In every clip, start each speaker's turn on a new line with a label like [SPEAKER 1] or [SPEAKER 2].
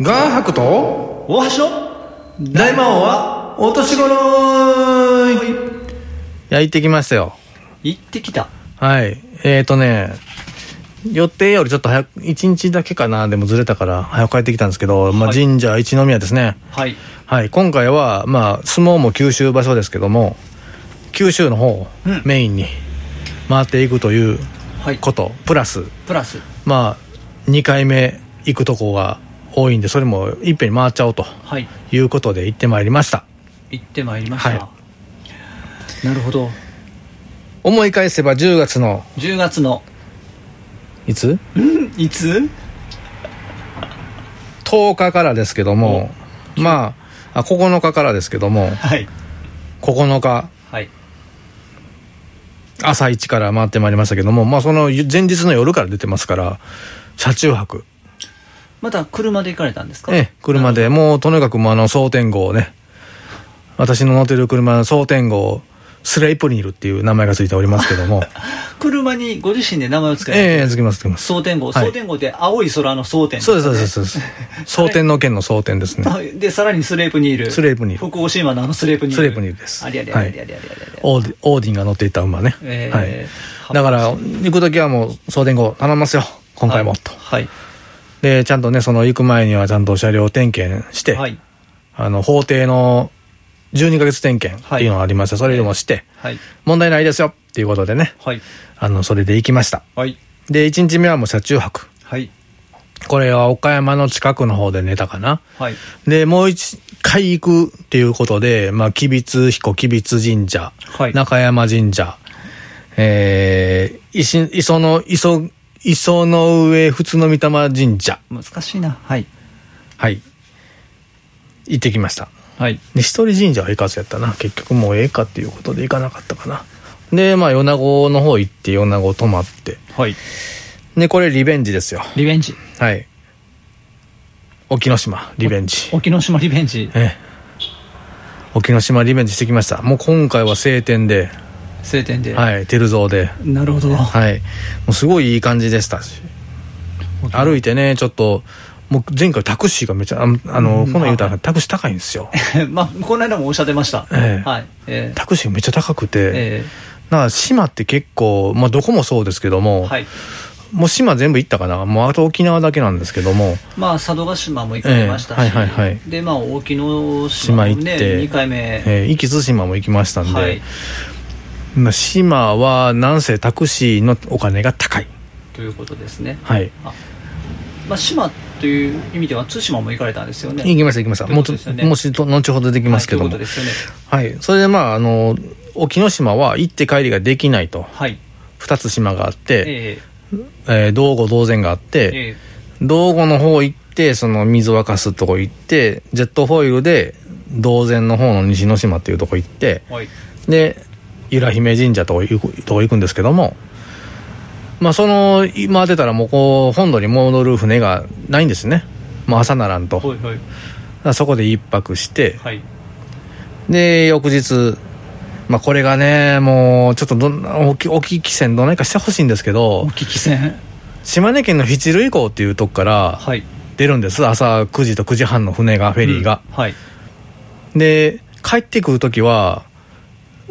[SPEAKER 1] ガーハクと
[SPEAKER 2] 大橋の大魔王はお年頃
[SPEAKER 1] 焼いてきましたよ。
[SPEAKER 2] 行ってきた。
[SPEAKER 1] はい。えーとね、予定よりちょっと早く、1日だけかな、でもずれたから、早く帰ってきたんですけど、まあ、
[SPEAKER 2] はい
[SPEAKER 1] 神社、一宮ですね。
[SPEAKER 2] はい。
[SPEAKER 1] はい。今回は、まあ、相撲も九州場所ですけども、九州の方を
[SPEAKER 2] うん
[SPEAKER 1] メインに回っていくという
[SPEAKER 2] はい。
[SPEAKER 1] こと、プラス、
[SPEAKER 2] プラス。
[SPEAKER 1] まあ、2回目行くとこが多いんで、それもいっぺんに回っちゃおうと
[SPEAKER 2] はい。
[SPEAKER 1] いうことで行ってまいりました。
[SPEAKER 2] 行ってまいりました。
[SPEAKER 1] は
[SPEAKER 2] なるほど。
[SPEAKER 1] 思い返せば10月の、
[SPEAKER 2] 10月の、
[SPEAKER 1] いつ
[SPEAKER 2] いつ
[SPEAKER 1] 10日からですけども、まあ、あ、9日からですけども、
[SPEAKER 2] はい。
[SPEAKER 1] 9日
[SPEAKER 2] はい。
[SPEAKER 1] 朝一から回ってまいりましたけども、まあその前日の夜から出てますから、車中泊。
[SPEAKER 2] また車で行かれたんですか
[SPEAKER 1] ええ、車で、もうとにかくもうあの、蒼天号をね、私の乗ってる車の蒼天号、スレイプニールっていう名前がついておりますけど も、
[SPEAKER 2] 車にご自身で名前を付けられ
[SPEAKER 1] え
[SPEAKER 2] た
[SPEAKER 1] え、つきますつきます。
[SPEAKER 2] 蒼天号。
[SPEAKER 1] はい
[SPEAKER 2] 蒼天号って青い空の蒼天。
[SPEAKER 1] そうです、そうです、そう です。蒼天の剣の蒼天ですね。
[SPEAKER 2] はいで、さらにスレープニール。
[SPEAKER 1] スレープニール
[SPEAKER 2] 福岡神話のあのスレープニール。
[SPEAKER 1] スレープニールです
[SPEAKER 2] ありゃりゃりゃりゃりゃりゃりゃりゃ。
[SPEAKER 1] オーディオーディンが乗っていった馬ね。
[SPEAKER 2] え
[SPEAKER 1] はい
[SPEAKER 2] え。
[SPEAKER 1] だから、行くときはもう、送電号頼ますよ。今回も、
[SPEAKER 2] はい
[SPEAKER 1] と。
[SPEAKER 2] はい。
[SPEAKER 1] で、ちゃんとね、その行く前にはちゃんと車両点検して、
[SPEAKER 2] はい。
[SPEAKER 1] あの、法定の12ヶ月点検っていうのがありました。それでもして、
[SPEAKER 2] はい。
[SPEAKER 1] 問題ないですよっていうことでね、
[SPEAKER 2] はい。
[SPEAKER 1] あの、それで行きました。
[SPEAKER 2] はい。
[SPEAKER 1] で、1日目はもう車中泊。
[SPEAKER 2] はい。
[SPEAKER 1] これは岡山の近くの方で寝たかな。
[SPEAKER 2] はい。
[SPEAKER 1] で、もう一回行くっていうことで、まあ、吉備津彦吉備津神社、
[SPEAKER 2] はい
[SPEAKER 1] 中山神社、えー、石磯の、磯、磯の上普通の御霊神社、
[SPEAKER 2] 難しいな。はい。
[SPEAKER 1] はい、行ってきました。
[SPEAKER 2] はい。
[SPEAKER 1] で、一人神社は行かずやったな。結局もうええかっていうことで行かなかったかな。で、まあ、米子の方行って、米子泊まって。
[SPEAKER 2] はい。
[SPEAKER 1] で、これリベンジですよ。
[SPEAKER 2] リベンジ。
[SPEAKER 1] はい。沖ノ島、リベンジ。
[SPEAKER 2] 沖ノ島リベンジ。
[SPEAKER 1] ええ、沖ノ島リベンジしてきましたもう今回は晴天で、
[SPEAKER 2] 晴天で。
[SPEAKER 1] はい、照蔵で、
[SPEAKER 2] なるほど。
[SPEAKER 1] はい、もうすごいいい感じでしたし歩いてねちょっともう前回タクシーがめちゃああの、この言うたらタクシー高いんですよ
[SPEAKER 2] まあ、この間もおっしゃってました。
[SPEAKER 1] ええ
[SPEAKER 2] はい。え
[SPEAKER 1] タクシーめっちゃ高くて、
[SPEAKER 2] ええ
[SPEAKER 1] なんか島って結構、まあ、どこもそうですけども、
[SPEAKER 2] えはい。
[SPEAKER 1] もう島全部行ったかなもうあと沖縄だけなんですけども
[SPEAKER 2] まあ、佐渡島も行かれましたし、
[SPEAKER 1] ええはいはいはい
[SPEAKER 2] で、まあ、沖ノ島も
[SPEAKER 1] 島行
[SPEAKER 2] ね、
[SPEAKER 1] って
[SPEAKER 2] 2回目、
[SPEAKER 1] えー、壱岐対馬も行きましたんで、
[SPEAKER 2] はい、
[SPEAKER 1] まあ、島はなんせタクシーのお金が高い
[SPEAKER 2] ということですね。
[SPEAKER 1] はい
[SPEAKER 2] あまあ、島という意味では、対馬も行かれたんですよね。
[SPEAKER 1] 行きました行きました
[SPEAKER 2] という
[SPEAKER 1] もう
[SPEAKER 2] こと
[SPEAKER 1] ち
[SPEAKER 2] ですよね
[SPEAKER 1] もしと後ほどできますけども
[SPEAKER 2] はいということですよね。
[SPEAKER 1] はいそれでまああの沖ノ島は行って帰りができないと
[SPEAKER 2] はい。
[SPEAKER 1] 2つ島があって、え
[SPEAKER 2] え
[SPEAKER 1] ー道後道前があっ
[SPEAKER 2] え
[SPEAKER 1] て、
[SPEAKER 2] ええ
[SPEAKER 1] 道後の方行ってその水沸かすとこ行ってジェットフォイルで道前の方の西ノ島っていうとこ行って
[SPEAKER 2] はい。
[SPEAKER 1] で由良姫神社とこ行くとこ行くんですけどもまあその今出たらもうこう本土に戻る船がないんですねもう朝ならんと、だか
[SPEAKER 2] はい。はい。
[SPEAKER 1] らそこで一泊して、
[SPEAKER 2] はい。
[SPEAKER 1] で、翌日、まあこれがね、もうちょっとどんな、おき、おきき船どないかしてほしいんですけど
[SPEAKER 2] お、聞き戦。
[SPEAKER 1] 島根県の七類港っていうとこから
[SPEAKER 2] はい。
[SPEAKER 1] 出るんです。朝9時と9時半の船が、フェリーが。
[SPEAKER 2] うん。はい。
[SPEAKER 1] で、帰ってくるときは、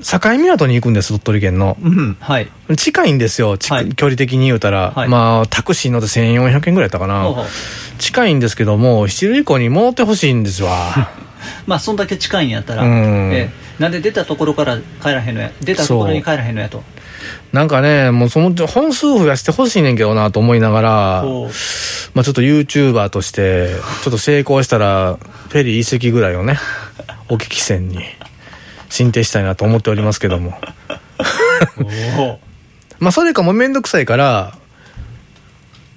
[SPEAKER 1] 境港に行くんです、鳥取県の。
[SPEAKER 2] うん。はい。
[SPEAKER 1] 近いんですよ、近
[SPEAKER 2] はい
[SPEAKER 1] 距離的に言うたら。
[SPEAKER 2] はい
[SPEAKER 1] まあ、タクシー乗って1400円ぐらいだったか
[SPEAKER 2] ほ
[SPEAKER 1] な
[SPEAKER 2] うほ。う
[SPEAKER 1] 近いんですけども、七類港に戻ってほしいんです わ。
[SPEAKER 2] まあ、そんだけ近いんやったら、
[SPEAKER 1] うん
[SPEAKER 2] ええなんで出たところから帰らへんのや、出たところに帰らへんのやと。
[SPEAKER 1] なんかね、もうその本数増やしてほしいねんけどなと思いながら、
[SPEAKER 2] ほう
[SPEAKER 1] まあ、ちょっと YouTuber として、ちょっと成功したら、フェリー移籍ぐらいをね、 お聞き船に進呈したいなと思っておりますけども。
[SPEAKER 2] おお
[SPEAKER 1] まあ、それかもめんどくさいから、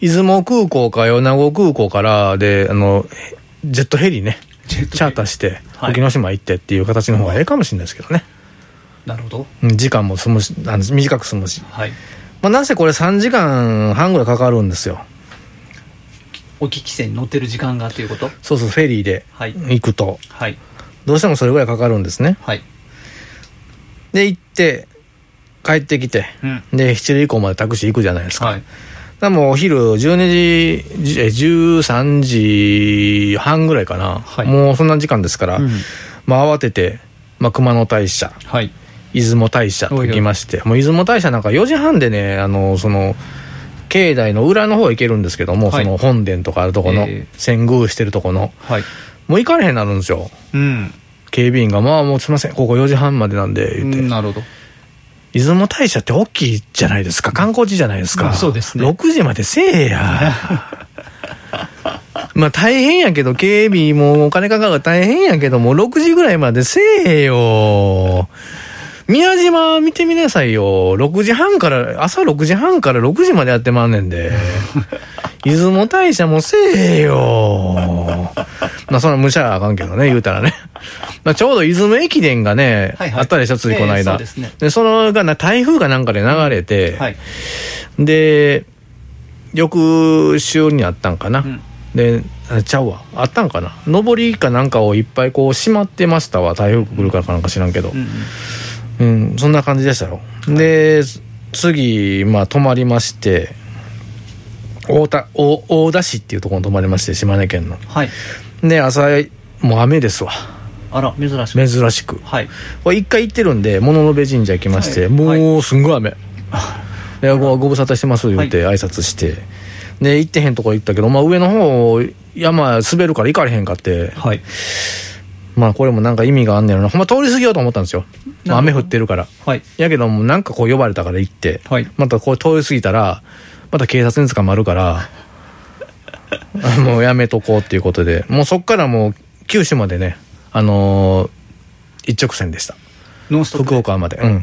[SPEAKER 1] 出雲空港か米子空港からで、あの、ジェットヘリね、
[SPEAKER 2] ジェットヘリ
[SPEAKER 1] チャーターして、
[SPEAKER 2] はい
[SPEAKER 1] 沖ノ島行ってっていう形の方がええかもしれないですけどね。
[SPEAKER 2] なるほど。
[SPEAKER 1] うん時間も済むし、あの短く済むし。
[SPEAKER 2] はい。
[SPEAKER 1] まあ、なぜこれ3時間半ぐらいかかるんですよ。
[SPEAKER 2] お聞き船に乗ってる時間がということ
[SPEAKER 1] そうそう、フェリーで
[SPEAKER 2] はい
[SPEAKER 1] 行くと、
[SPEAKER 2] はい。
[SPEAKER 1] どうしてもそれぐらいかかるんですね。
[SPEAKER 2] はい。
[SPEAKER 1] で、行って、帰ってきて、
[SPEAKER 2] うん。
[SPEAKER 1] で、7時以降までタクシー行くじゃないですか。
[SPEAKER 2] はい。
[SPEAKER 1] らもうお昼12時じえ13時半ぐらいかな、
[SPEAKER 2] はい
[SPEAKER 1] もうそんな時間ですから、
[SPEAKER 2] うん
[SPEAKER 1] まあ、慌てて、まあ、熊野大社
[SPEAKER 2] はい
[SPEAKER 1] 出雲大社と行きましてもう出雲大社なんか4時半でねあのその境内の裏の方行けるんですけども、
[SPEAKER 2] はい
[SPEAKER 1] その本殿とかあるとこの、
[SPEAKER 2] ええ
[SPEAKER 1] 遷宮してるとこの
[SPEAKER 2] はい
[SPEAKER 1] もう行かれへんなるんですよ
[SPEAKER 2] うん
[SPEAKER 1] 警備員が「まあもうすいませんここ4時半までなんで」言って、
[SPEAKER 2] なるほど
[SPEAKER 1] 出雲大社って大きいじゃないですか観光地じゃないですか、
[SPEAKER 2] まあそうですね
[SPEAKER 1] 6時までせえや まあ大変やけど警備もお金かかるから大変やけども6時ぐらいまでせえよ宮島見てみなさいよ6時半から朝6時半から6時までやってまんねん で出雲大社もせえよまあそんな無茶はあかんけどね言うたらねまあちょうど出雲駅伝がね、
[SPEAKER 2] はいはい
[SPEAKER 1] あったでしょついこの間、
[SPEAKER 2] ええそうですね
[SPEAKER 1] で、そのがな、台風がなんかで流れて、
[SPEAKER 2] はい
[SPEAKER 1] で、翌週にあったんかな。
[SPEAKER 2] ん
[SPEAKER 1] で、あちゃうわ。あったんかな。上りかなんかをいっぱいこう、閉まってましたわ。台風来るからかなんか知らんけど。
[SPEAKER 2] うん
[SPEAKER 1] うん、そんな感じでしたよ。で、次、まあ、泊まりまして、大田、大大田市っていうところに泊まりまして、島根県の。
[SPEAKER 2] はい
[SPEAKER 1] で、朝、もう雨ですわ。
[SPEAKER 2] あら珍しい
[SPEAKER 1] 珍しく。
[SPEAKER 2] はい
[SPEAKER 1] これ一回行ってるんで物の部神社行きまして、
[SPEAKER 2] はい
[SPEAKER 1] もうすんごい雨、でごご無沙汰してます言って挨
[SPEAKER 2] は
[SPEAKER 1] 拶して、で行ってへんとこ行ったけど、まあ、上の方山滑るから行かれへんかって
[SPEAKER 2] はい
[SPEAKER 1] まあこれもなんか意味があんねやろなほんま通り過ぎようと思ったんですよ、まあ、
[SPEAKER 2] なる
[SPEAKER 1] 雨
[SPEAKER 2] ほど
[SPEAKER 1] 降ってるから
[SPEAKER 2] はい
[SPEAKER 1] やけどもなんかこう呼ばれたから行って、
[SPEAKER 2] はい
[SPEAKER 1] またこう通り過ぎたらまた警察に捕まるから あもうやめとこうっていうことでもうそっからもう九州までねあのー一直線でした
[SPEAKER 2] ノンストップ
[SPEAKER 1] 福岡まで、う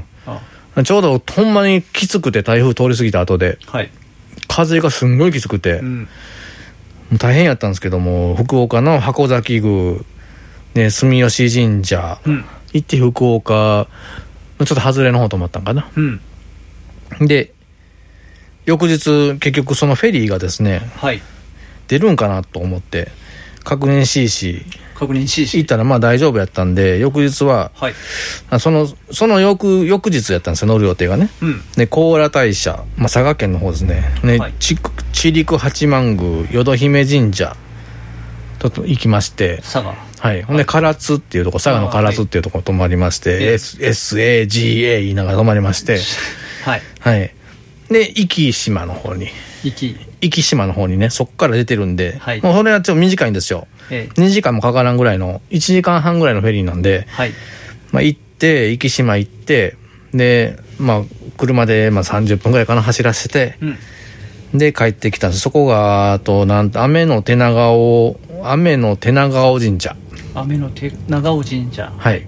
[SPEAKER 2] あ
[SPEAKER 1] ん、ちょうどほんまにきつくて台風通り過ぎた後で
[SPEAKER 2] はい
[SPEAKER 1] 風がすんごいきつくて、
[SPEAKER 2] う
[SPEAKER 1] も
[SPEAKER 2] ん
[SPEAKER 1] う大変やったんですけども福岡の箱崎宮、ね、住吉神社、
[SPEAKER 2] うん
[SPEAKER 1] 行って福岡ちょっと外れの方泊まったんかな
[SPEAKER 2] うん
[SPEAKER 1] で翌日結局そのフェリーがですね
[SPEAKER 2] はい
[SPEAKER 1] 出るんかなと思って確認しいし
[SPEAKER 2] 確認し
[SPEAKER 1] 行ったらまあ大丈夫やったんで翌日は
[SPEAKER 2] はい
[SPEAKER 1] あそのその翌翌日やったんですよ乗る予定がね
[SPEAKER 2] うん
[SPEAKER 1] で高良大社、まあ、佐賀県の方ですねね、
[SPEAKER 2] はい
[SPEAKER 1] ち地陸八幡宮淀姫神社ちょっと行きまして
[SPEAKER 2] 佐賀
[SPEAKER 1] はいほんで唐津っていうとこ佐賀の唐津っていうところ泊まりまして、
[SPEAKER 2] い
[SPEAKER 1] S- SAGA 言いながら泊まりまして
[SPEAKER 2] はい
[SPEAKER 1] はいで壱岐島の方に
[SPEAKER 2] 行き
[SPEAKER 1] 壱岐島の方にねそこから出てるんで、
[SPEAKER 2] はい
[SPEAKER 1] もうそれはちょっと短いんですよ
[SPEAKER 2] えー
[SPEAKER 1] 2時間もかからんぐらいの1時間半ぐらいのフェリーなんで
[SPEAKER 2] はい
[SPEAKER 1] まあ、行って壱岐島行ってでまあ車でまあ30分ぐらいかな走らせて
[SPEAKER 2] うん
[SPEAKER 1] で帰ってきたんですそこがあとなんと雨の手長尾雨の手長尾神社
[SPEAKER 2] 雨の手長尾神社
[SPEAKER 1] はい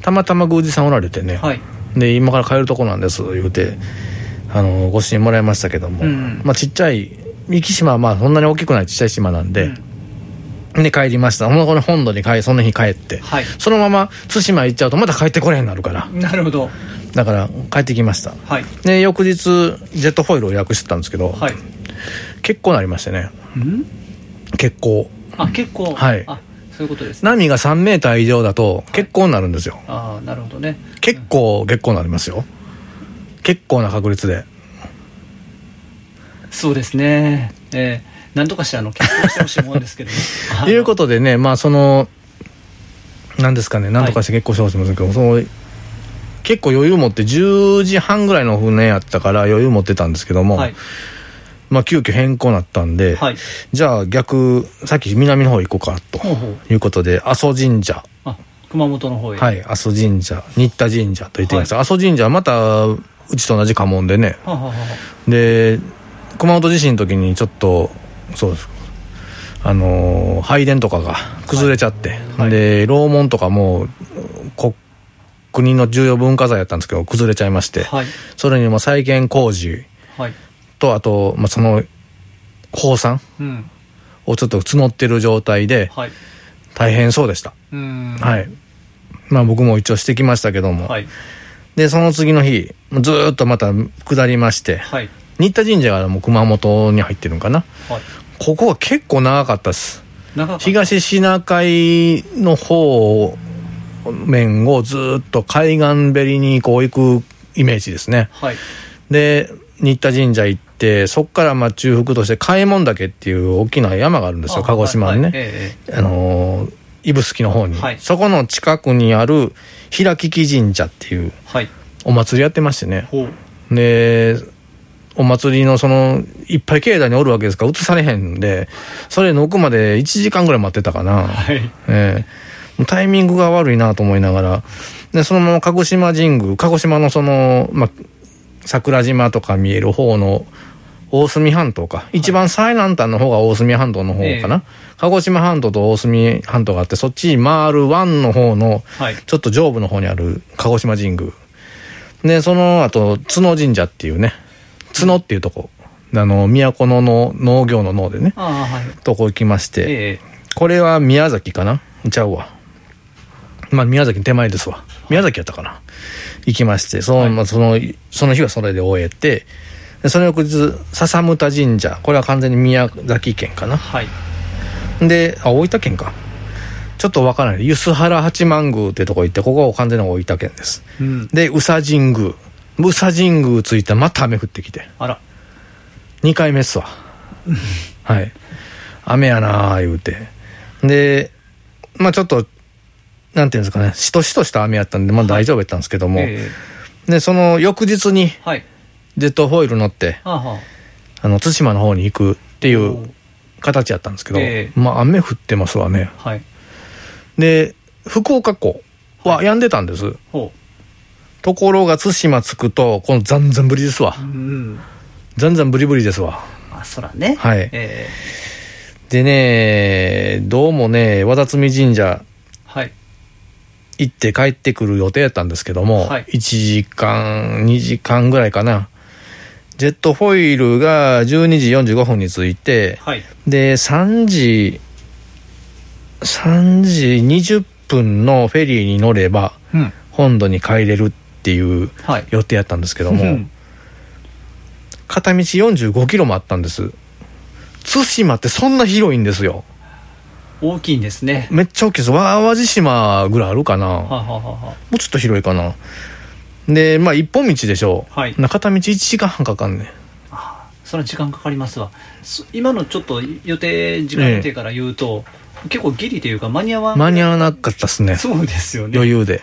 [SPEAKER 1] たまたま宮司さんおられてね、
[SPEAKER 2] はい
[SPEAKER 1] で今から帰るとこなんです言うてあのご支援もらいましたけども、
[SPEAKER 2] うん
[SPEAKER 1] まあちっちゃい壱岐島はまあそんなに大きくないちっちゃい島なんで、で帰りましたほんこの本土に帰その日帰って、
[SPEAKER 2] はい
[SPEAKER 1] そのまま対馬行っちゃうとまた帰ってこれへんなるから
[SPEAKER 2] なるほど
[SPEAKER 1] だから帰ってきました
[SPEAKER 2] はい
[SPEAKER 1] で翌日ジェットフォイルを予約してたんですけど、
[SPEAKER 2] はい
[SPEAKER 1] 結構なりましてね
[SPEAKER 2] うん
[SPEAKER 1] 結構
[SPEAKER 2] あ結構
[SPEAKER 1] はい
[SPEAKER 2] あそういうことですね
[SPEAKER 1] 波が3メーター以上だと結構になるんですよ、
[SPEAKER 2] ああなるほどね
[SPEAKER 1] 結構結構なりますよ結構な確率で
[SPEAKER 2] そうですねえー、なんとかしてあの結婚してほしいもんですけどね
[SPEAKER 1] と いうことでねまあその何ですかね何とかして結構してほしいんですけど、その結構余裕持って10時半ぐらいの船やったから余裕持ってたんですけども、
[SPEAKER 2] はい
[SPEAKER 1] まあ急遽変更になったんで、
[SPEAKER 2] はい
[SPEAKER 1] じゃあ逆さっき南の方行こうかと
[SPEAKER 2] ほうほう
[SPEAKER 1] いうことで阿蘇神社
[SPEAKER 2] あ熊本の方へ
[SPEAKER 1] はい、阿蘇神社、新田神社と言ってます。阿蘇神社はまた、うちと同じ家紋でね。
[SPEAKER 2] はあはあは
[SPEAKER 1] で、熊本地震の時にちょっと、そうです。あのー拝殿とかが崩れちゃって、
[SPEAKER 2] はい
[SPEAKER 1] で、楼門とかも、こ国の重要文化財だったんですけど、崩れちゃいまして、
[SPEAKER 2] あはい
[SPEAKER 1] それにも再建工事
[SPEAKER 2] はい
[SPEAKER 1] と、あと、まあ、その、鉱産
[SPEAKER 2] うん
[SPEAKER 1] をちょっと募ってる状態で、
[SPEAKER 2] はい
[SPEAKER 1] 大変そうでした。
[SPEAKER 2] うん
[SPEAKER 1] はい。まあ僕も一応してきましたけども、
[SPEAKER 2] はい
[SPEAKER 1] で、その次の日、ずーっとまた下りまして、
[SPEAKER 2] はい
[SPEAKER 1] 新田神社がもう熊本に入ってるんかな。
[SPEAKER 2] はい
[SPEAKER 1] ここは結構長かったです。
[SPEAKER 2] 長かった
[SPEAKER 1] 東シナ海の方面をずーっと海岸べりにこう行くイメージですね。
[SPEAKER 2] はい
[SPEAKER 1] で、新田神社行っって、そっからまあ中腹として、嘉右衛門岳っていう大きな山があるんですよ、
[SPEAKER 2] あ
[SPEAKER 1] 鹿児島にね。
[SPEAKER 2] はいはいえ
[SPEAKER 1] あのー指宿の方に、
[SPEAKER 2] はい
[SPEAKER 1] そこの近くにある平木神社っていう
[SPEAKER 2] えはい。
[SPEAKER 1] お祭りやってましてね
[SPEAKER 2] ほう。
[SPEAKER 1] でお祭りのそのいっぱい境内におるわけですから映されへんんでそれの奥まで1時間ぐらい待ってたかな、
[SPEAKER 2] はい。
[SPEAKER 1] ええもうタイミングが悪いなと思いながらでそのまま鹿児島神宮鹿児島のその、まあ、桜島とか見える方の大隅半島か、一番最南端の方が大隅半島の方かな、鹿児島半島と大隅半島があってそっちに回る湾の方の
[SPEAKER 2] はい。
[SPEAKER 1] ちょっと上部の方にある鹿児島神宮でその後角神社っていうね角っていうとこあの都の農農業の農でね
[SPEAKER 2] ああ、はい。
[SPEAKER 1] とこ行きまして、
[SPEAKER 2] ええ
[SPEAKER 1] これは宮崎かなちゃうわ。まあ、宮崎の手前ですわ。宮崎やったかな行きまして、その、まあ、その、その日はそれで終えて、でその翌日、笹牟田神社。これは完全に宮崎県かな。
[SPEAKER 2] はい。
[SPEAKER 1] で、あ、大分県か。ちょっとわからない。梼原八幡宮ってとこ行って、ここは完全に大分県です。
[SPEAKER 2] うん。
[SPEAKER 1] で、宇佐神宮。宇佐神宮着いたらまた雨降ってきて。
[SPEAKER 2] あら。
[SPEAKER 1] 2回目っすわはい雨やなあ言うてでまあちょっとなんていうんですかねしとしとした雨やったんでまあ大丈夫やったんですけども、
[SPEAKER 2] ええ
[SPEAKER 1] でその翌日に
[SPEAKER 2] はい。
[SPEAKER 1] ジェットホイール乗って
[SPEAKER 2] ああ、はあ。
[SPEAKER 1] あの対馬の方に行くってい
[SPEAKER 2] お
[SPEAKER 1] う
[SPEAKER 2] う
[SPEAKER 1] 形やったんですけど、
[SPEAKER 2] ええ
[SPEAKER 1] まあ雨降ってますわね
[SPEAKER 2] はい。
[SPEAKER 1] で福岡港は止んでたんです、
[SPEAKER 2] ほ
[SPEAKER 1] ところが対馬着くとこのざんざんぶりですわ
[SPEAKER 2] う。うん。
[SPEAKER 1] ざんざんぶりぶりですわ
[SPEAKER 2] まあ、そらね。
[SPEAKER 1] はい
[SPEAKER 2] ええ
[SPEAKER 1] でねどうもね和田摘神社
[SPEAKER 2] はい。
[SPEAKER 1] 行って帰ってくる予定やったんですけども、
[SPEAKER 2] はい
[SPEAKER 1] 1時間2時間ぐらいかなジェットホイールが12時45分に着いて
[SPEAKER 2] はい。
[SPEAKER 1] で3時3時20分のフェリーに乗れば
[SPEAKER 2] うん。
[SPEAKER 1] 本土に帰れるっていう
[SPEAKER 2] はい。
[SPEAKER 1] 予定やったんですけども、片道45キロもあったんです対馬ってそんな広いんですよ
[SPEAKER 2] 大きいんですね。
[SPEAKER 1] めっちゃ大きいですわ淡路島ぐらいあるかな、
[SPEAKER 2] はあ、はあはあは
[SPEAKER 1] もうちょっと広いかな。で、まあ、一本道でしょう。
[SPEAKER 2] はい
[SPEAKER 1] 中田道1時間半かかんねん。
[SPEAKER 2] あ、そら時間かかりますわ。そ今のちょっと予定、時間予定から言うと、結構ギリというか間に合わん
[SPEAKER 1] 間に合わなかったっすね。
[SPEAKER 2] そうですよね。
[SPEAKER 1] 余裕で。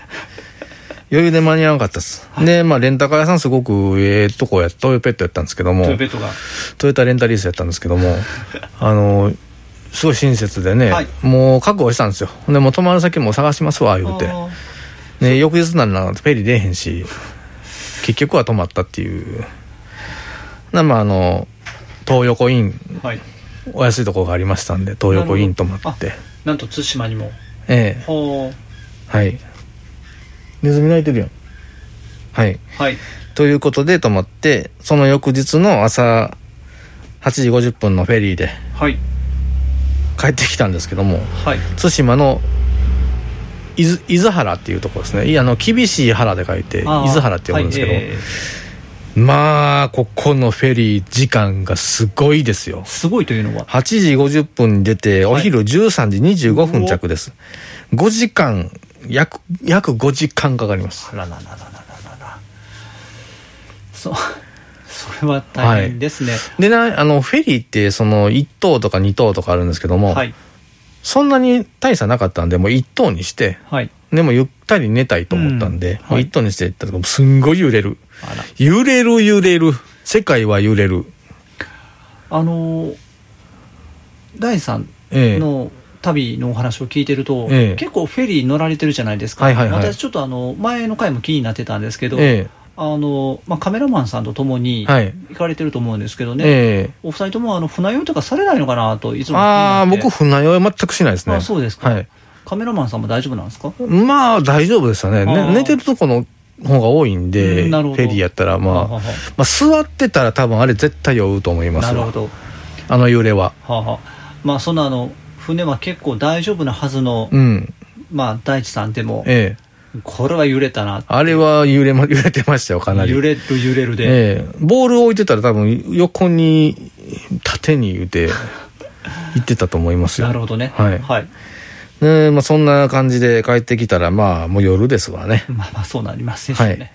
[SPEAKER 1] 余裕で間に合わなかったっす。で、まあ、レンタカー屋さんすごくええとこや、トヨペットやったんですけども
[SPEAKER 2] ト、ヨペットが。
[SPEAKER 1] トヨタレンタリースやったんですけど も、あの、すごい親切でね、
[SPEAKER 2] はい
[SPEAKER 1] もう覚悟したんですよ。で、もう泊まる先も探しますわ、言うて。
[SPEAKER 2] ああ
[SPEAKER 1] ね、翌日ならペリ出えへんし結局は泊まったっていうなまああの東横イン
[SPEAKER 2] はい。
[SPEAKER 1] お安いところがありましたんで東横イン泊ま
[SPEAKER 2] なる
[SPEAKER 1] っ
[SPEAKER 2] ほど
[SPEAKER 1] て
[SPEAKER 2] なんと対馬にも。
[SPEAKER 1] ええ
[SPEAKER 2] ほ
[SPEAKER 1] はいネズミ鳴いてるやんはい
[SPEAKER 2] はい。
[SPEAKER 1] ということで泊まってその翌日の朝8時50分のフェリーで
[SPEAKER 2] はい。
[SPEAKER 1] 帰ってきたんですけども
[SPEAKER 2] はい。
[SPEAKER 1] 対馬の伊豆伊豆原っていうところですねいやあの厳しい原で書いて伊
[SPEAKER 2] ああ
[SPEAKER 1] 豆原って呼ぶんですけど、
[SPEAKER 2] はいええ
[SPEAKER 1] まあ、ここのフェリー時間がすごいですよ。
[SPEAKER 2] すごいというのは。
[SPEAKER 1] 8時50分に出て、お昼13時25分着です。5時間、約、約5時間かかります。
[SPEAKER 2] あらららららららら。そう。それは大変ですね。
[SPEAKER 1] でな、あの、フェリーって、その、1等とか2等とかあるんですけども、
[SPEAKER 2] はい。
[SPEAKER 1] そんなに大差なかったんで、もう1等にして、
[SPEAKER 2] はい。
[SPEAKER 1] でもゆったり寝たいと思ったんで、
[SPEAKER 2] うん
[SPEAKER 1] もう1等にしていったら、すんごい揺れる。
[SPEAKER 2] あら。
[SPEAKER 1] 揺れる揺れる。世界は揺れる。
[SPEAKER 2] あのー、第3
[SPEAKER 1] ええ
[SPEAKER 2] の旅のお話を聞いてると、
[SPEAKER 1] ええ
[SPEAKER 2] 結構フェリー乗られてるじゃないですか。
[SPEAKER 1] はいはいはい
[SPEAKER 2] 私ちょっとあの、前の回も気になってたんですけど、
[SPEAKER 1] え
[SPEAKER 2] あの、まあ、カメラマンさんと共に
[SPEAKER 1] えはい。
[SPEAKER 2] 行かれてると思うんですけどね、
[SPEAKER 1] ええ
[SPEAKER 2] お二人ともあの船酔いとかされないのかなといつも気に
[SPEAKER 1] あ
[SPEAKER 2] な
[SPEAKER 1] あ、
[SPEAKER 2] って
[SPEAKER 1] 僕、船酔い全くしないですね。
[SPEAKER 2] あそうですか
[SPEAKER 1] はい。
[SPEAKER 2] カメラマンさんも大丈夫なんですか
[SPEAKER 1] まあ、大丈夫ですよね。
[SPEAKER 2] あー
[SPEAKER 1] ね寝てるとこの方が多いんで、
[SPEAKER 2] う
[SPEAKER 1] フ
[SPEAKER 2] んなるほど
[SPEAKER 1] ェリーやったら、
[SPEAKER 2] はあ
[SPEAKER 1] ま
[SPEAKER 2] は
[SPEAKER 1] あ、まあ、座ってたら多分あれ絶対酔うと思い
[SPEAKER 2] あはあ
[SPEAKER 1] ます
[SPEAKER 2] な
[SPEAKER 1] わ
[SPEAKER 2] るほど、は
[SPEAKER 1] あの揺れは。
[SPEAKER 2] あはあ、まあそのあの船は結構大丈夫なはずの、
[SPEAKER 1] うん。
[SPEAKER 2] まあ大地さんでも
[SPEAKER 1] ええ。
[SPEAKER 2] これは揺れたな
[SPEAKER 1] あれは揺れま、揺れてましたよ、かなり。
[SPEAKER 2] 揺れる揺れるで、
[SPEAKER 1] ええ。ボールを置いてたら多分横に、縦に言う て、行ってたと思いますよ。
[SPEAKER 2] なるほどね
[SPEAKER 1] はい
[SPEAKER 2] はい、
[SPEAKER 1] ねまあ、そんな感じで帰ってきたら、まあ、もう夜ですわね。
[SPEAKER 2] まあまあそうなりますでしょ
[SPEAKER 1] は
[SPEAKER 2] う
[SPEAKER 1] い
[SPEAKER 2] ね。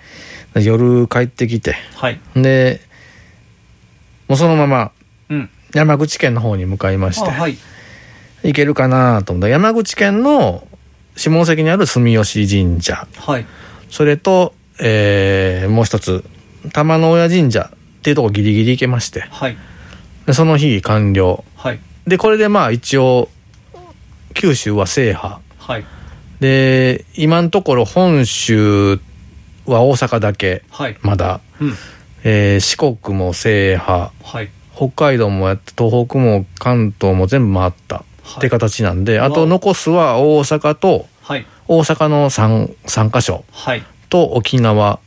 [SPEAKER 1] 夜帰ってきて、
[SPEAKER 2] はい、
[SPEAKER 1] でもうそのまま
[SPEAKER 2] うん。
[SPEAKER 1] 山口県の方に向かいまし
[SPEAKER 2] あ
[SPEAKER 1] て、
[SPEAKER 2] はい。
[SPEAKER 1] 行けるかなと思ったら山口県の下関にある住吉神社
[SPEAKER 2] はい。
[SPEAKER 1] それと、えーもう一つ玉の親神社っていうとこギリギリ行けまして
[SPEAKER 2] はい。
[SPEAKER 1] でその日完了
[SPEAKER 2] はい。
[SPEAKER 1] でこれでまあ一応九州は制覇
[SPEAKER 2] はい。
[SPEAKER 1] で今のところ本州は大阪だけ
[SPEAKER 2] はい。
[SPEAKER 1] まだ、
[SPEAKER 2] うん。
[SPEAKER 1] えー四国も制覇
[SPEAKER 2] はい。
[SPEAKER 1] 北海道もやって東北も関東も全部回った
[SPEAKER 2] はい
[SPEAKER 1] って形なんで、
[SPEAKER 2] わ
[SPEAKER 1] あ
[SPEAKER 2] お
[SPEAKER 1] と残すは大阪と
[SPEAKER 2] はい。
[SPEAKER 1] 大阪の 3, 3カ所
[SPEAKER 2] はい。
[SPEAKER 1] と沖縄